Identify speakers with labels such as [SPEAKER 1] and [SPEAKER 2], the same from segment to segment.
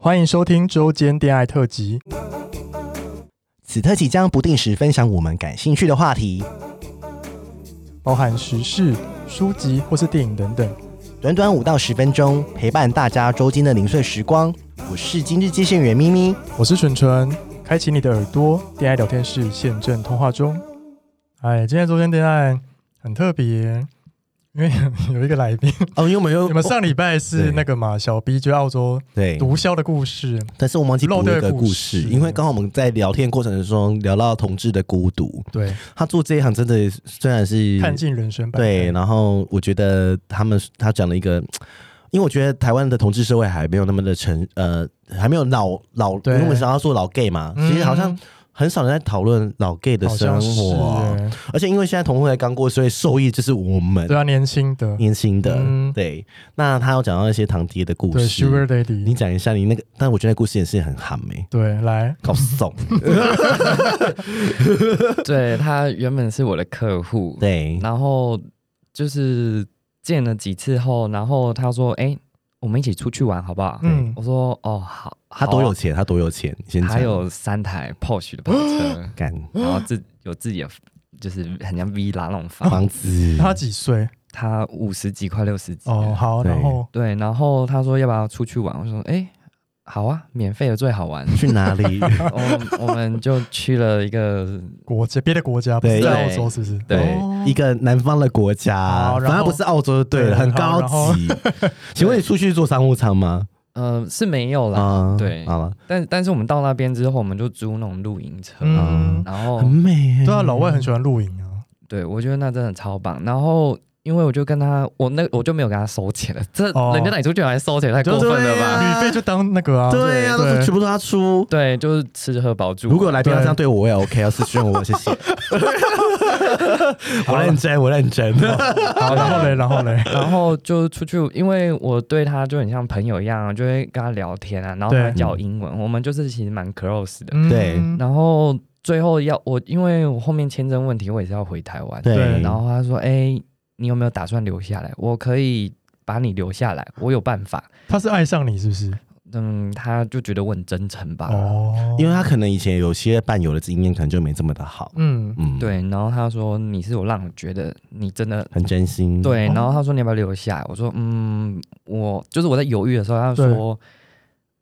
[SPEAKER 1] 欢迎收听周间恋爱特辑。
[SPEAKER 2] 此特辑将不定时分享我们感兴趣的话题，
[SPEAKER 1] 包含时事、书籍或是电影等等。
[SPEAKER 2] 短短五到十分钟，陪伴大家周间的零碎时光。我是今日接线员咪咪，
[SPEAKER 1] 我是纯纯，开启你的耳朵，恋爱聊天室现正通话中。哎，今天周间恋爱很特别，因为 有一个来宾，
[SPEAKER 2] 哦，因为我们又
[SPEAKER 1] 你们上礼拜是
[SPEAKER 2] 对
[SPEAKER 1] 那个嘛，小 B 去澳洲
[SPEAKER 2] 对，
[SPEAKER 1] 毒枭的故事，
[SPEAKER 2] 但是我们忘记补
[SPEAKER 1] 漏掉
[SPEAKER 2] 一个
[SPEAKER 1] 的故
[SPEAKER 2] 故
[SPEAKER 1] 事
[SPEAKER 2] 事，因为刚好我们在聊天过程中聊到同志的孤独，
[SPEAKER 1] 对，
[SPEAKER 2] 他做这一行真的虽然是
[SPEAKER 1] 看尽人生百态
[SPEAKER 2] 对，然后我觉得他们他讲了一个，因为我觉得台湾的同志社会还没有那么的成呃，还没有老老，因
[SPEAKER 1] 对
[SPEAKER 2] 为我们想要做老 gay 嘛，其实好像
[SPEAKER 1] 嗯
[SPEAKER 2] 很少人在讨论老 gay 的
[SPEAKER 1] 好
[SPEAKER 2] 生
[SPEAKER 1] 像是欸
[SPEAKER 2] 活，
[SPEAKER 1] 耶
[SPEAKER 2] 而且因为现在同婚才刚过，所以受益就是我们
[SPEAKER 1] 对啊，年轻的，
[SPEAKER 2] 年轻的。
[SPEAKER 1] 嗯
[SPEAKER 2] 对，那他有讲到一些堂爹的故
[SPEAKER 1] 对，Sugar
[SPEAKER 2] 事，
[SPEAKER 1] Daddy，
[SPEAKER 2] 你讲一下你那个，但我觉得那故事也是很寒梅、
[SPEAKER 1] 对，来，
[SPEAKER 2] 搞怂。
[SPEAKER 3] 对他原本是我的客户，
[SPEAKER 2] 对，
[SPEAKER 3] 然后就是见了几次后，然后他说：“哎、我们一起出去玩好不好？”
[SPEAKER 1] 嗯
[SPEAKER 3] 我说：“哦，好。好
[SPEAKER 2] 他
[SPEAKER 3] 啊”
[SPEAKER 2] 多有钱，他啊多有钱，你先讲，
[SPEAKER 3] 他有三台 Porsche 的跑车
[SPEAKER 2] 干
[SPEAKER 3] 然后自有自己的就是很像 villa 那种房，
[SPEAKER 2] 房子，
[SPEAKER 1] 啊他几岁？
[SPEAKER 3] 他五十几快六十几了，啊
[SPEAKER 1] 哦，好，
[SPEAKER 2] 对
[SPEAKER 1] 然后
[SPEAKER 3] 对，然后他说要不要出去玩？我说：“哎、好啊，免费的最好玩。”
[SPEAKER 2] 去哪 里？
[SPEAKER 3] 我我们就去了一个
[SPEAKER 1] 国家别的国家不
[SPEAKER 2] 对
[SPEAKER 1] 是在澳洲，是不是？
[SPEAKER 2] 对
[SPEAKER 1] 哦，
[SPEAKER 2] 一个南方的国家，
[SPEAKER 1] 好然后
[SPEAKER 2] 反正不是澳洲就对了，
[SPEAKER 1] 对
[SPEAKER 2] 很
[SPEAKER 1] 好
[SPEAKER 2] 高
[SPEAKER 1] 然后
[SPEAKER 2] 级。 请问你出去坐商务舱吗？
[SPEAKER 3] 呃是没有啦，
[SPEAKER 2] 啊
[SPEAKER 3] 对
[SPEAKER 2] 好了，
[SPEAKER 3] 但但是我们到那边之后，我们就租那种露营车，
[SPEAKER 1] 嗯，
[SPEAKER 3] 然
[SPEAKER 2] 很
[SPEAKER 3] 后
[SPEAKER 2] 美欸耶。
[SPEAKER 1] 对啊，老外很喜欢露营啊，
[SPEAKER 3] 对我觉得那真的超棒。然后因为我就跟他，我那我就没有跟他收钱了，这
[SPEAKER 1] 哦
[SPEAKER 3] 人家带你出去还收钱，太过分了
[SPEAKER 2] 对
[SPEAKER 3] 吧？
[SPEAKER 2] 啊
[SPEAKER 1] 旅费就当那个啊，
[SPEAKER 2] 对呀，
[SPEAKER 1] 对
[SPEAKER 2] 都是全部都他出。
[SPEAKER 3] 对，就是吃喝包住。
[SPEAKER 2] 如果来宾要
[SPEAKER 1] 对
[SPEAKER 2] 这样对我，我也 OK，要私讯我，谢 谢。我认真，我认真。
[SPEAKER 1] 好，然后嘞，然后嘞，
[SPEAKER 3] 然后就出去，因为我对他就很像朋友一样啊，就会跟他聊天啊，然后
[SPEAKER 1] 对
[SPEAKER 3] 他教英文，我们就是其实蛮 close 的。
[SPEAKER 1] 嗯
[SPEAKER 2] 对
[SPEAKER 3] 然后最后要我，因为我后面签证问题，我也是要回台湾，
[SPEAKER 1] 对
[SPEAKER 3] 然后他说：“哎、你有没有打算留下来？我可以把你留下来，我有办法。
[SPEAKER 1] 他是爱上你是不是？”
[SPEAKER 3] 嗯，他就觉得我很真诚吧。
[SPEAKER 1] 哦，
[SPEAKER 2] 啊因为他可能以前有些伴游的经验，可能就没这么的好。
[SPEAKER 1] 嗯，
[SPEAKER 2] 嗯，，
[SPEAKER 3] 对，然后他说：“你是有让我觉得你真的
[SPEAKER 2] 很真心。
[SPEAKER 3] 对。”
[SPEAKER 1] 哦
[SPEAKER 3] 然后他说：“你要不要留下来？”我说：“嗯，我就是我在犹豫的时候，他说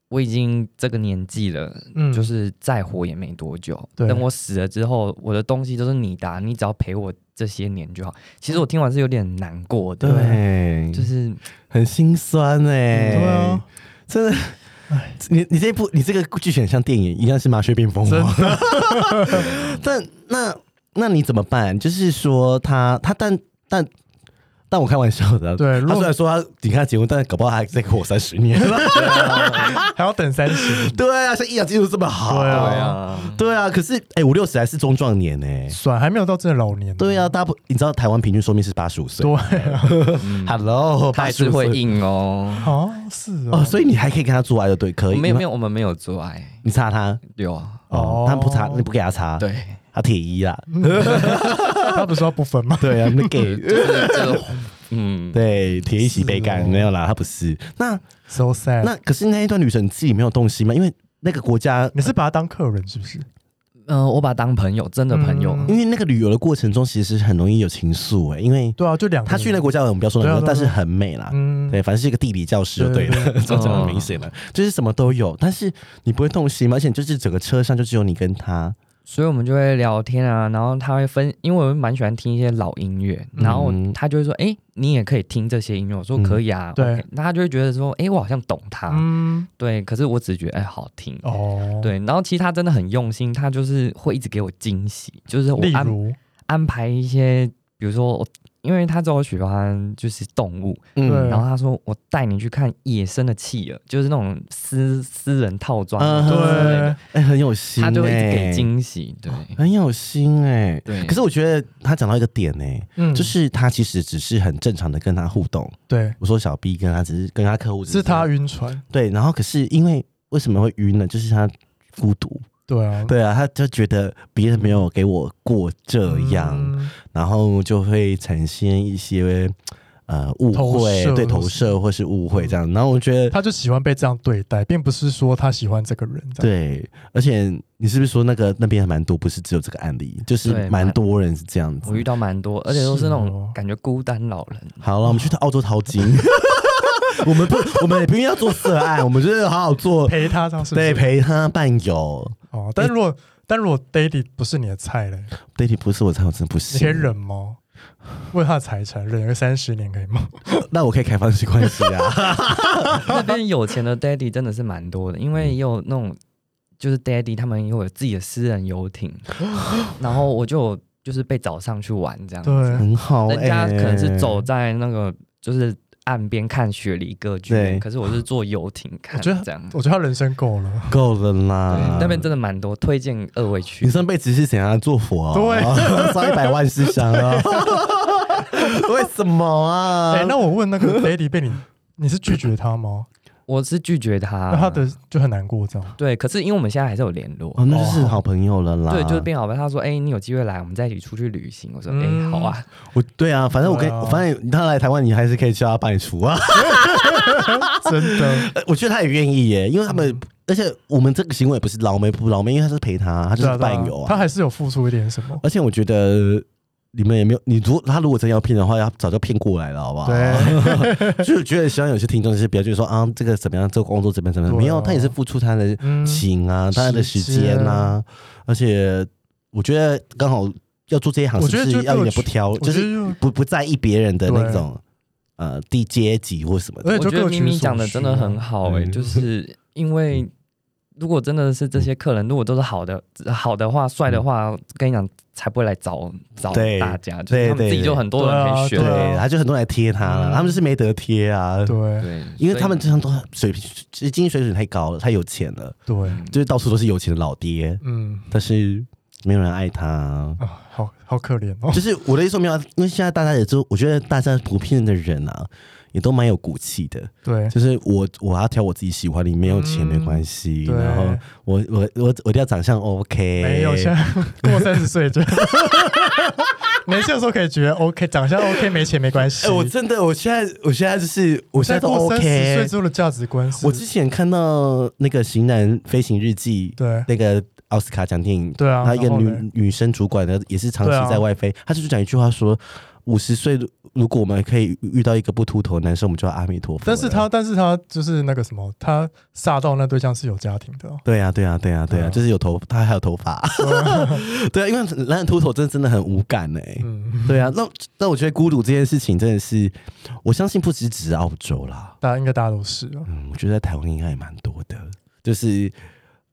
[SPEAKER 3] 我已经这个年纪了，
[SPEAKER 1] 嗯，
[SPEAKER 3] 就是再活也没多久。
[SPEAKER 1] 对
[SPEAKER 3] 等我死了之后，我的东西都是你的啊、你只要陪我这些年就好。”其实我听完是有点难过的，
[SPEAKER 2] 对，
[SPEAKER 3] 就是
[SPEAKER 2] 很心酸哎。
[SPEAKER 1] 对啊，，
[SPEAKER 2] 真的
[SPEAKER 1] 唉。
[SPEAKER 2] 你你这部你这个剧情很像电影一样是麻雀变凤
[SPEAKER 1] 真
[SPEAKER 2] 凰， 但那那你怎么办？就是说他他但但但我开玩笑的啊，
[SPEAKER 1] 对如
[SPEAKER 2] 他
[SPEAKER 1] 果
[SPEAKER 2] 虽然说他你看他结婚，但搞不好他还再活三十年。
[SPEAKER 1] 还要等三十，
[SPEAKER 2] 对啊，像医疗技术这么好，
[SPEAKER 1] 对啊
[SPEAKER 3] 嗯
[SPEAKER 2] 对啊。可是哎，五六十还是中壮年呢、
[SPEAKER 1] 算还没有到真的老年，
[SPEAKER 2] 对啊，大部你知道台湾平均寿命是八十五岁
[SPEAKER 1] 对 啊，
[SPEAKER 2] ，Hello，
[SPEAKER 3] 他
[SPEAKER 2] 八
[SPEAKER 3] 还
[SPEAKER 2] 十
[SPEAKER 3] 是
[SPEAKER 2] 五
[SPEAKER 3] 会
[SPEAKER 2] 岁
[SPEAKER 3] 硬哦。
[SPEAKER 1] 哦，是
[SPEAKER 2] 哦，
[SPEAKER 1] 哦，
[SPEAKER 2] 所以你还可以跟他做爱的，对，可以。
[SPEAKER 3] 没有没
[SPEAKER 2] 有，
[SPEAKER 3] 有，我们没有做爱，
[SPEAKER 2] 你擦他
[SPEAKER 3] 有啊
[SPEAKER 2] 哦
[SPEAKER 1] 哦，
[SPEAKER 2] 他不擦，你不给他
[SPEAKER 1] 啊
[SPEAKER 2] 擦，，
[SPEAKER 3] 对，
[SPEAKER 2] 他铁 一啦。
[SPEAKER 1] 嗯他不是说不分吗？
[SPEAKER 2] 对啊，那 gay
[SPEAKER 3] 就是就是，嗯，
[SPEAKER 2] 对铁一洗杯
[SPEAKER 1] 是
[SPEAKER 2] 干
[SPEAKER 1] 哦哎
[SPEAKER 2] 没有啦，他不是。那
[SPEAKER 1] ，so sad。
[SPEAKER 2] 那可是那一段旅程你自己没有动心吗？因为那个国家，
[SPEAKER 1] 你是把他当客人是不是？
[SPEAKER 3] 嗯、我把他当朋友，真的朋友，
[SPEAKER 1] 嗯
[SPEAKER 2] 因为那个旅游的过程中其实是很容易有情愫哎、因为
[SPEAKER 1] 对啊，就两个
[SPEAKER 2] 他
[SPEAKER 1] 人
[SPEAKER 2] 去那个国家我们不要说那
[SPEAKER 1] 对
[SPEAKER 2] 个
[SPEAKER 1] 啊，对啊
[SPEAKER 2] 但是很美啦。
[SPEAKER 1] 嗯，
[SPEAKER 2] 对，反正是一个地理教师就对
[SPEAKER 1] 对
[SPEAKER 2] 了， 这样
[SPEAKER 3] 哦
[SPEAKER 2] 讲很明显了，就是什么都有，但是你不会动心吗？而且就是整个车上就只有你跟他，
[SPEAKER 3] 所以我们就会聊天啊，然后他会分，因为我蛮喜欢听一些老音乐，然后
[SPEAKER 2] 嗯
[SPEAKER 3] 他就会说，哎、你也可以听这些音乐，我说
[SPEAKER 2] 嗯
[SPEAKER 3] 可以啊，
[SPEAKER 1] 对
[SPEAKER 3] OK 那他就会觉得说，哎、我好像懂
[SPEAKER 2] 啊
[SPEAKER 3] 他，
[SPEAKER 1] 嗯，
[SPEAKER 3] 对，可是我只是觉得哎、好听。
[SPEAKER 1] 哦，，
[SPEAKER 3] 对，然后其实他真的很用心，他就是会一直给我惊喜，就是我
[SPEAKER 1] 例
[SPEAKER 3] 安
[SPEAKER 1] 如，
[SPEAKER 3] 安排一些，比如说我，因为他知道我喜欢就是动物，
[SPEAKER 1] 对
[SPEAKER 3] 然后他说我带你去看野生的企鹅，就是那种私私人套装
[SPEAKER 2] 嗯
[SPEAKER 3] 的，
[SPEAKER 1] 对，
[SPEAKER 2] 哎、很有心、欸，
[SPEAKER 3] 他就会一直给，惊喜，对
[SPEAKER 2] 很有心哎、
[SPEAKER 3] 对。
[SPEAKER 2] 可是我觉得他讲到一个点哎、
[SPEAKER 1] 嗯，
[SPEAKER 2] 就是他其实只是很正常的跟他互动。
[SPEAKER 1] 对，
[SPEAKER 2] 我说小 B 跟他只是跟他客户只
[SPEAKER 1] 是他晕船，
[SPEAKER 2] 对，然后可是因为为什么会晕呢？就是他孤独，
[SPEAKER 1] 对啊，
[SPEAKER 2] 对啊，他就觉得别人没有给我过这样，
[SPEAKER 1] 嗯
[SPEAKER 2] 然后就会产生一些呃误
[SPEAKER 1] 投
[SPEAKER 2] 会
[SPEAKER 1] 射
[SPEAKER 2] 对
[SPEAKER 1] 或
[SPEAKER 2] 投
[SPEAKER 1] 是
[SPEAKER 2] 射或是误
[SPEAKER 3] 嗯
[SPEAKER 2] 会这样。然后我觉得
[SPEAKER 1] 他就喜欢被这样对待，并不是说他喜欢这个人。这样，
[SPEAKER 2] 对，而且你是不是说那个那边还蛮多，不是只有这个案例，就是
[SPEAKER 3] 对
[SPEAKER 2] 蛮
[SPEAKER 3] 蛮
[SPEAKER 2] 多人是这样子
[SPEAKER 3] 我。遇到蛮多，而且都是那
[SPEAKER 1] 是哦
[SPEAKER 3] 种感觉孤单老 人。
[SPEAKER 2] 好了，我们
[SPEAKER 3] 啊
[SPEAKER 2] 去澳洲淘金， 我们不，我们也不一定要做色案，我们就是好好做，
[SPEAKER 1] 陪他这样是不
[SPEAKER 2] 对，
[SPEAKER 1] 是？
[SPEAKER 2] 陪他伴游。
[SPEAKER 1] 哦，但如果但如果 Daddy 不是你的菜嘞，
[SPEAKER 2] Daddy 不是我才我真的不
[SPEAKER 1] 你
[SPEAKER 2] 行，
[SPEAKER 1] 可以忍吗？为他的财产忍个三十年可以吗？
[SPEAKER 2] 那我可以开放式关系 啊。
[SPEAKER 3] 那边有钱的 daddy 真的是蛮多的，因为也有那种就是 daddy 他们也会有自己的私人游 艇，然后我就有就是被找上去玩
[SPEAKER 2] 嗯
[SPEAKER 3] 这样子。
[SPEAKER 1] 对，
[SPEAKER 2] 很好、欸，
[SPEAKER 3] 人家可能是走在那个就是岸边看雪梨歌剧
[SPEAKER 2] 对
[SPEAKER 3] 院，可是我是坐游艇看
[SPEAKER 1] 我觉得
[SPEAKER 3] 这样。
[SPEAKER 1] 我觉得他人生够了。
[SPEAKER 2] 够了
[SPEAKER 3] 对
[SPEAKER 1] 啊
[SPEAKER 2] 啦，，
[SPEAKER 3] 那边真的蛮多，推荐二位去
[SPEAKER 2] 你。上辈子是怎样做佛、哦？
[SPEAKER 1] 对，
[SPEAKER 2] 烧一百万是 香啊？为什么啊？
[SPEAKER 1] 哎、那我问那 个 Daddy 被你，你是拒绝他吗？
[SPEAKER 3] 我是拒绝
[SPEAKER 2] 啊
[SPEAKER 3] 他，
[SPEAKER 1] 那他的就很难过这样。
[SPEAKER 3] 对，可是因为我们现在还是有联络，
[SPEAKER 2] 哦，那就是好朋友了啦。
[SPEAKER 3] 对，就是变好吧。他说：“哎、你有机会来，我们再一起出去旅行。”我说：“哎、
[SPEAKER 1] 嗯
[SPEAKER 3] 好 啊。
[SPEAKER 2] 我对啊，反正我跟、
[SPEAKER 1] 对啊
[SPEAKER 2] 反正他来台湾，你还是可以叫他帮你除啊。
[SPEAKER 1] 真的，
[SPEAKER 2] 我觉得他也愿意耶，因为他们、
[SPEAKER 1] 嗯
[SPEAKER 2] 而且我们这个行为不是老妹不老妹，因为他是陪他，他就
[SPEAKER 1] 对啊
[SPEAKER 2] 是
[SPEAKER 1] 对
[SPEAKER 2] 伴
[SPEAKER 1] 啊
[SPEAKER 2] 游啊。
[SPEAKER 1] 他还是有付出一点什么。
[SPEAKER 2] 而且我觉得你们也没有，你如他如果真要骗的话，他早就骗过来了，好不好？
[SPEAKER 1] 对，
[SPEAKER 2] 就是觉得希望有些听众就是不要就是说啊，这个怎么样，这个工作怎么样怎么样，
[SPEAKER 1] 对啊
[SPEAKER 2] 没有，他也是付出他的
[SPEAKER 1] 嗯，
[SPEAKER 2] 情啊，他的时间啊，而且我觉得刚好要做这一行，
[SPEAKER 1] 我
[SPEAKER 2] 是
[SPEAKER 1] 觉
[SPEAKER 2] 不
[SPEAKER 1] 得就是
[SPEAKER 2] 要有点不挑，
[SPEAKER 1] 我
[SPEAKER 2] 就
[SPEAKER 1] 觉得
[SPEAKER 2] 是
[SPEAKER 1] 就
[SPEAKER 2] 不不在意别人的那
[SPEAKER 1] 对
[SPEAKER 2] 种呃低阶级或什么的
[SPEAKER 1] 而。”且就
[SPEAKER 3] 我觉得
[SPEAKER 1] 各
[SPEAKER 3] 咪
[SPEAKER 1] 取
[SPEAKER 3] 咪
[SPEAKER 1] 所
[SPEAKER 3] 讲的
[SPEAKER 1] 需
[SPEAKER 3] 真的
[SPEAKER 1] 啊
[SPEAKER 3] 很好哎、
[SPEAKER 2] 嗯
[SPEAKER 3] 就是因为如果真的是这些客人，如果都是好的、好的话、帅的话，跟你讲才不会来找找
[SPEAKER 2] 对
[SPEAKER 3] 大家，就
[SPEAKER 2] 对
[SPEAKER 3] 是他们
[SPEAKER 2] 对
[SPEAKER 3] 自己就
[SPEAKER 2] 对
[SPEAKER 3] 很多人可以选。
[SPEAKER 1] 对啊
[SPEAKER 2] 对，他就很多人来贴他了，
[SPEAKER 1] 嗯
[SPEAKER 2] 他们就是没得贴啊，
[SPEAKER 1] 对
[SPEAKER 3] 对，
[SPEAKER 2] 因为他们
[SPEAKER 3] 所
[SPEAKER 2] 经常都水平，经济水准太高了，太有钱了，
[SPEAKER 1] 对
[SPEAKER 3] 以，嗯
[SPEAKER 2] 就是到处都是有钱的老爹，
[SPEAKER 1] 嗯
[SPEAKER 2] 但是没有人爱他。
[SPEAKER 1] 啊，好好可怜哦
[SPEAKER 2] 就。是我的意思说没有，啊因为现在大家也都，我觉得大家普遍的人啊，也都蛮有骨气的。
[SPEAKER 1] 对
[SPEAKER 2] 就是我我要挑我自己喜欢的，你没有钱
[SPEAKER 1] 嗯
[SPEAKER 2] 没关系。
[SPEAKER 1] 对，
[SPEAKER 2] 然后我我我我一定要长相 OK。
[SPEAKER 1] 没有，现在过三十岁就年轻的时候可以觉得 OK，长相 OK，没钱没关系。
[SPEAKER 2] 哎、我真的，我现在我现在就是我现在都
[SPEAKER 1] 过三十岁
[SPEAKER 2] OK。欸
[SPEAKER 1] 之后的价值观是，
[SPEAKER 2] 我之前看到那个《型男飞行日记》
[SPEAKER 1] 对
[SPEAKER 2] 那个奥斯卡奖电影，
[SPEAKER 1] 对啊，
[SPEAKER 2] 他一个
[SPEAKER 1] 然后嘞
[SPEAKER 2] 女女生主管呢，也是长
[SPEAKER 1] 对啊
[SPEAKER 2] 期在外飞，她就是讲一句话说：五十岁如果我们可以遇到一个不秃头的男生，我们就要阿弥陀佛了。
[SPEAKER 1] 但是他，但是他就是那个什么，他煞到那对象是有家庭的哦、
[SPEAKER 2] 对呀、啊，对呀、啊，对呀、啊，对
[SPEAKER 1] 对
[SPEAKER 2] 呀、
[SPEAKER 1] 啊
[SPEAKER 2] 啊，就是有头，他还有头发， 对啊，因为男人秃头真的真的很无感哎、
[SPEAKER 1] 嗯，
[SPEAKER 2] 对啊，那那我觉得孤独这件事情真的是，我相信不只只是澳洲啦，
[SPEAKER 1] 大家应该大家都是哦、
[SPEAKER 2] 嗯，我觉得在台湾应该也蛮多的，就是，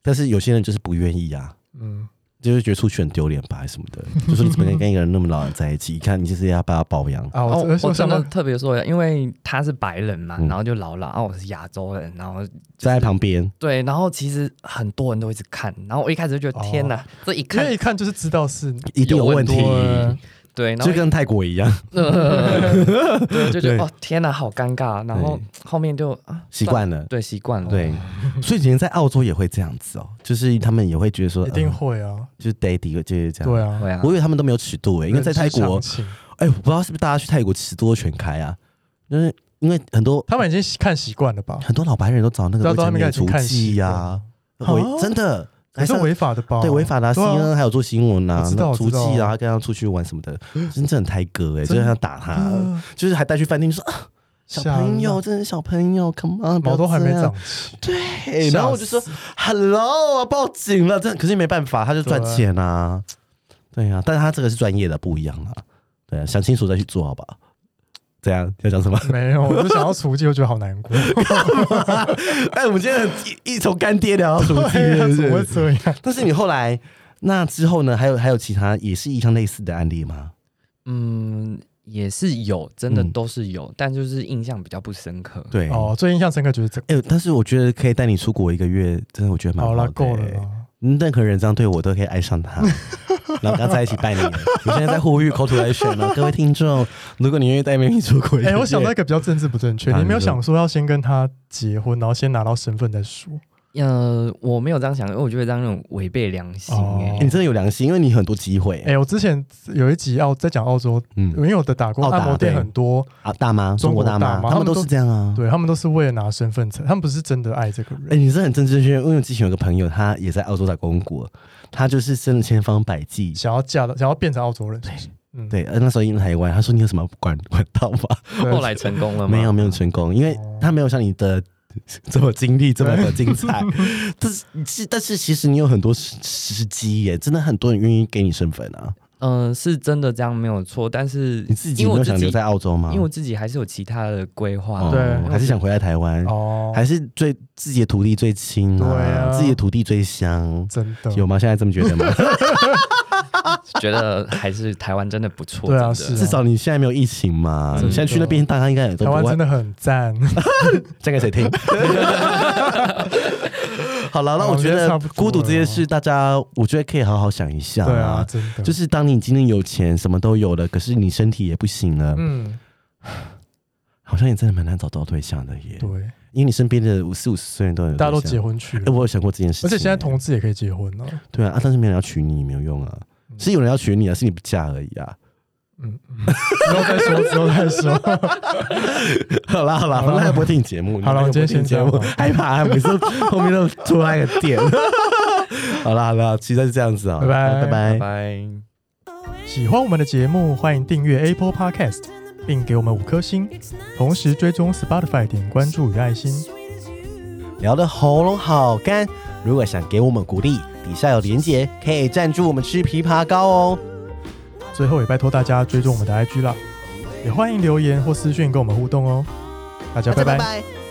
[SPEAKER 2] 但是有些人就是不愿意啊，
[SPEAKER 1] 嗯，
[SPEAKER 2] 就是觉得出去很丢脸吧还是什么的，就说你怎么能跟一个人那么老人在一起？一看你就是要把他包养，
[SPEAKER 1] 啊，我、
[SPEAKER 3] 哦，我
[SPEAKER 1] 我
[SPEAKER 3] 真
[SPEAKER 1] 想
[SPEAKER 3] 的
[SPEAKER 1] 到，
[SPEAKER 3] 特别说，因为他是白人嘛，
[SPEAKER 2] 嗯
[SPEAKER 3] 然后就老老，然后我是亚洲人，然后
[SPEAKER 2] 站在旁边，
[SPEAKER 3] 对，然后其实很多人都一直看，然后我一开始就觉
[SPEAKER 1] 哦
[SPEAKER 3] 得天哪，这一
[SPEAKER 1] 因
[SPEAKER 3] 看
[SPEAKER 1] 为一看就是知道是
[SPEAKER 2] 一定有问题
[SPEAKER 1] 有，很
[SPEAKER 3] 对，然
[SPEAKER 2] 就
[SPEAKER 3] 后
[SPEAKER 2] 跟泰国一样，
[SPEAKER 3] 呃 对，就觉
[SPEAKER 2] 对
[SPEAKER 3] 得哦天哪，好尴尬。然后后面就啊
[SPEAKER 2] 习惯了。
[SPEAKER 3] 对习惯了，
[SPEAKER 2] 对，所以以前在澳洲也会这样子哦，就是他们也会觉得说，
[SPEAKER 1] 一定
[SPEAKER 2] 呃
[SPEAKER 1] 会啊，
[SPEAKER 2] 就是 daddy 就是这样。
[SPEAKER 1] 对啊，
[SPEAKER 3] 会啊
[SPEAKER 2] 我。以为他们都没有尺度诶、欸因为在泰国
[SPEAKER 1] 人之，常情
[SPEAKER 2] 哎、我不知道是不是大家去泰国尺度都全开啊，就是因为很多
[SPEAKER 1] 他们已经看习惯了吧？
[SPEAKER 2] 很多老白人都找那
[SPEAKER 1] 对
[SPEAKER 2] 个
[SPEAKER 1] 啊
[SPEAKER 2] 未
[SPEAKER 1] 对啊
[SPEAKER 2] 成
[SPEAKER 1] 他们
[SPEAKER 2] 年
[SPEAKER 1] 已经
[SPEAKER 2] 足
[SPEAKER 1] 看
[SPEAKER 2] 迹
[SPEAKER 1] 习惯
[SPEAKER 2] 呀
[SPEAKER 1] 了，
[SPEAKER 2] 违
[SPEAKER 1] 啊
[SPEAKER 2] 真的
[SPEAKER 1] 还
[SPEAKER 2] 还
[SPEAKER 1] 是
[SPEAKER 2] 是
[SPEAKER 1] 违法的吧？
[SPEAKER 2] 对违法的啊
[SPEAKER 1] 对啊
[SPEAKER 2] CNN 还有做新闻啊
[SPEAKER 1] 我，知道
[SPEAKER 2] 那
[SPEAKER 1] 我知
[SPEAKER 2] 足迹
[SPEAKER 1] 道
[SPEAKER 2] 啊，跟他出去玩什 么的，真的很泰哥哎，
[SPEAKER 1] 真
[SPEAKER 2] 就
[SPEAKER 1] 的
[SPEAKER 2] 是想打他，
[SPEAKER 1] 啊
[SPEAKER 2] 就是还带去饭店说啊，小朋友，真的小朋友，come on，不
[SPEAKER 1] 毛
[SPEAKER 2] 要
[SPEAKER 1] 都还没
[SPEAKER 2] 这样
[SPEAKER 1] 长，齐，
[SPEAKER 2] 嘿然后我就说
[SPEAKER 1] 吓
[SPEAKER 2] hello，我报警了，这可是没办法，他就赚钱啊，对啊，但是他这个是专业的，不一样啊，对啊，想清楚再去做好吧。怎样要讲什 么？
[SPEAKER 1] 死没有，我就想要除妓，我觉得好难 过，
[SPEAKER 2] 哎，我们今天很一一从干爹聊到什么
[SPEAKER 1] 对啊怎么会这样？
[SPEAKER 2] 但是你后来那之后呢？还有还有其他也是一样类似的案例吗？
[SPEAKER 3] 嗯，也是有，真的
[SPEAKER 2] 嗯
[SPEAKER 3] 都是有，但就是印象比较不深刻。
[SPEAKER 2] 对哦，
[SPEAKER 1] 哦，最印象深刻就是这个，
[SPEAKER 2] 哎、但是我觉得可以带你出国一个月，真的我觉得蛮
[SPEAKER 1] 好
[SPEAKER 2] 的、
[SPEAKER 1] 了，
[SPEAKER 2] 欸。
[SPEAKER 1] 够了啦，
[SPEAKER 2] 嗯，任何人这样对我都可以爱上他，然后跟他在一起拜年。我现在在呼吁口吐来选了，各位听众，如果你愿意带妹妹出国一个
[SPEAKER 1] 哎、
[SPEAKER 2] 月，
[SPEAKER 1] 我想到一个比较政治不正确，
[SPEAKER 2] 啊
[SPEAKER 1] 你没有
[SPEAKER 2] 你说
[SPEAKER 1] 想说要先跟他结婚，然后先拿到身份再说？
[SPEAKER 3] 呃，我没有这样想，因为我觉得这样有种违背良心哎、
[SPEAKER 1] 哦
[SPEAKER 2] 欸你真的有良心，因为你很多机会、
[SPEAKER 1] 哎、我之前有一集澳在讲澳洲，因
[SPEAKER 2] 嗯
[SPEAKER 1] 为我的打工
[SPEAKER 2] 澳打
[SPEAKER 1] 按摩店
[SPEAKER 2] 对
[SPEAKER 1] 很多，
[SPEAKER 2] 啊，大妈，中国大
[SPEAKER 1] 中国大妈
[SPEAKER 2] 妈，他们都是这样啊。
[SPEAKER 1] 对他们都是为了拿身份证，他们不是真的爱这个人。
[SPEAKER 2] 哎、你是很正正确，因为我之前有个朋友，他也在澳洲打工过，他就是真的千方百计。
[SPEAKER 1] 想要嫁到，想要变成澳洲人，是不是嗯，
[SPEAKER 2] 对，呃那时候因台湾，他说你有什么管管道吗？
[SPEAKER 1] 对
[SPEAKER 3] 后来成功了吗？
[SPEAKER 2] 没有，没有成功，因为
[SPEAKER 1] 哦
[SPEAKER 2] 他没有像你的这么经历这么的 精彩。但是其，但是其实你有很多时时机耶，真的很多人愿意给你身份啊。
[SPEAKER 3] 嗯、是真的这样没有错，但是
[SPEAKER 2] 你自己
[SPEAKER 3] 因
[SPEAKER 2] 没
[SPEAKER 3] 为我
[SPEAKER 2] 有
[SPEAKER 3] 自
[SPEAKER 2] 想
[SPEAKER 3] 己
[SPEAKER 2] 留在澳洲吗？
[SPEAKER 3] 因为我自己还是有其他的规划、
[SPEAKER 2] 哦
[SPEAKER 1] 对
[SPEAKER 2] 还是想回来台湾，
[SPEAKER 1] 哦，
[SPEAKER 2] 还是最自己的土地最亲啊，
[SPEAKER 1] 对啊
[SPEAKER 2] 自己的土地最香。
[SPEAKER 1] 真的
[SPEAKER 2] 有吗？现在这么觉 得吗？
[SPEAKER 3] 觉得还是台湾真的不错。
[SPEAKER 1] 对啊
[SPEAKER 3] 真的
[SPEAKER 1] 是
[SPEAKER 2] 至少你现在没有疫情嘛。
[SPEAKER 1] 真的
[SPEAKER 2] 你现在去那边，大家应该也
[SPEAKER 1] 台
[SPEAKER 2] 都不
[SPEAKER 1] 湾
[SPEAKER 2] 会
[SPEAKER 1] 真的很赞，
[SPEAKER 2] 讲给 谁听？好了，那
[SPEAKER 1] 好
[SPEAKER 2] 我觉
[SPEAKER 1] 我觉得差
[SPEAKER 2] 得
[SPEAKER 1] 不多了
[SPEAKER 2] 孤独这件事，大家我觉得可以好好想一下。
[SPEAKER 1] 对啊，，真的
[SPEAKER 2] 就是当你今天有钱，什么都有了，可是你身体也不行了，
[SPEAKER 1] 嗯，
[SPEAKER 2] 好像也真的蛮难找到对象的耶。
[SPEAKER 1] 对，
[SPEAKER 2] 因为你身边的五四五十岁人都有对象，
[SPEAKER 1] 大家都结婚去
[SPEAKER 2] 哎、
[SPEAKER 1] 了，
[SPEAKER 2] 我有想过这件事
[SPEAKER 1] 而
[SPEAKER 2] 情耶，
[SPEAKER 1] 且现在同志也可以结婚了，
[SPEAKER 2] 对啊啊，但是没人要娶你，没有用啊。
[SPEAKER 1] 嗯
[SPEAKER 2] 是有人要娶你啊，是你不嫁而已啊。
[SPEAKER 1] 嗯，嗯之后再说，之后再说，
[SPEAKER 2] 好啦好啦，
[SPEAKER 1] 好啦
[SPEAKER 2] 那不会听节目，
[SPEAKER 1] 好啦
[SPEAKER 2] 那不会听节目
[SPEAKER 1] 我今天先这样吧
[SPEAKER 2] 害怕，每次后面都突然一个 点。好啦好啦，期待是这样子啊，
[SPEAKER 1] 拜拜
[SPEAKER 2] 拜拜
[SPEAKER 3] 拜。拜。
[SPEAKER 1] 嗯喜欢我们的节目，欢迎订阅 Apple Podcast，并给我们五颗星，同时追踪 Spotify 点关注与爱心。
[SPEAKER 2] 聊得喉咙好干。如果想给我们鼓励，底下有连结，可以赞助我们吃枇杷膏哦。
[SPEAKER 1] 最后也拜托大家追踪我们的 IG 啦，也欢迎留言或私讯跟我们互动哦。大家
[SPEAKER 2] 大家
[SPEAKER 1] 拜拜
[SPEAKER 2] 拜。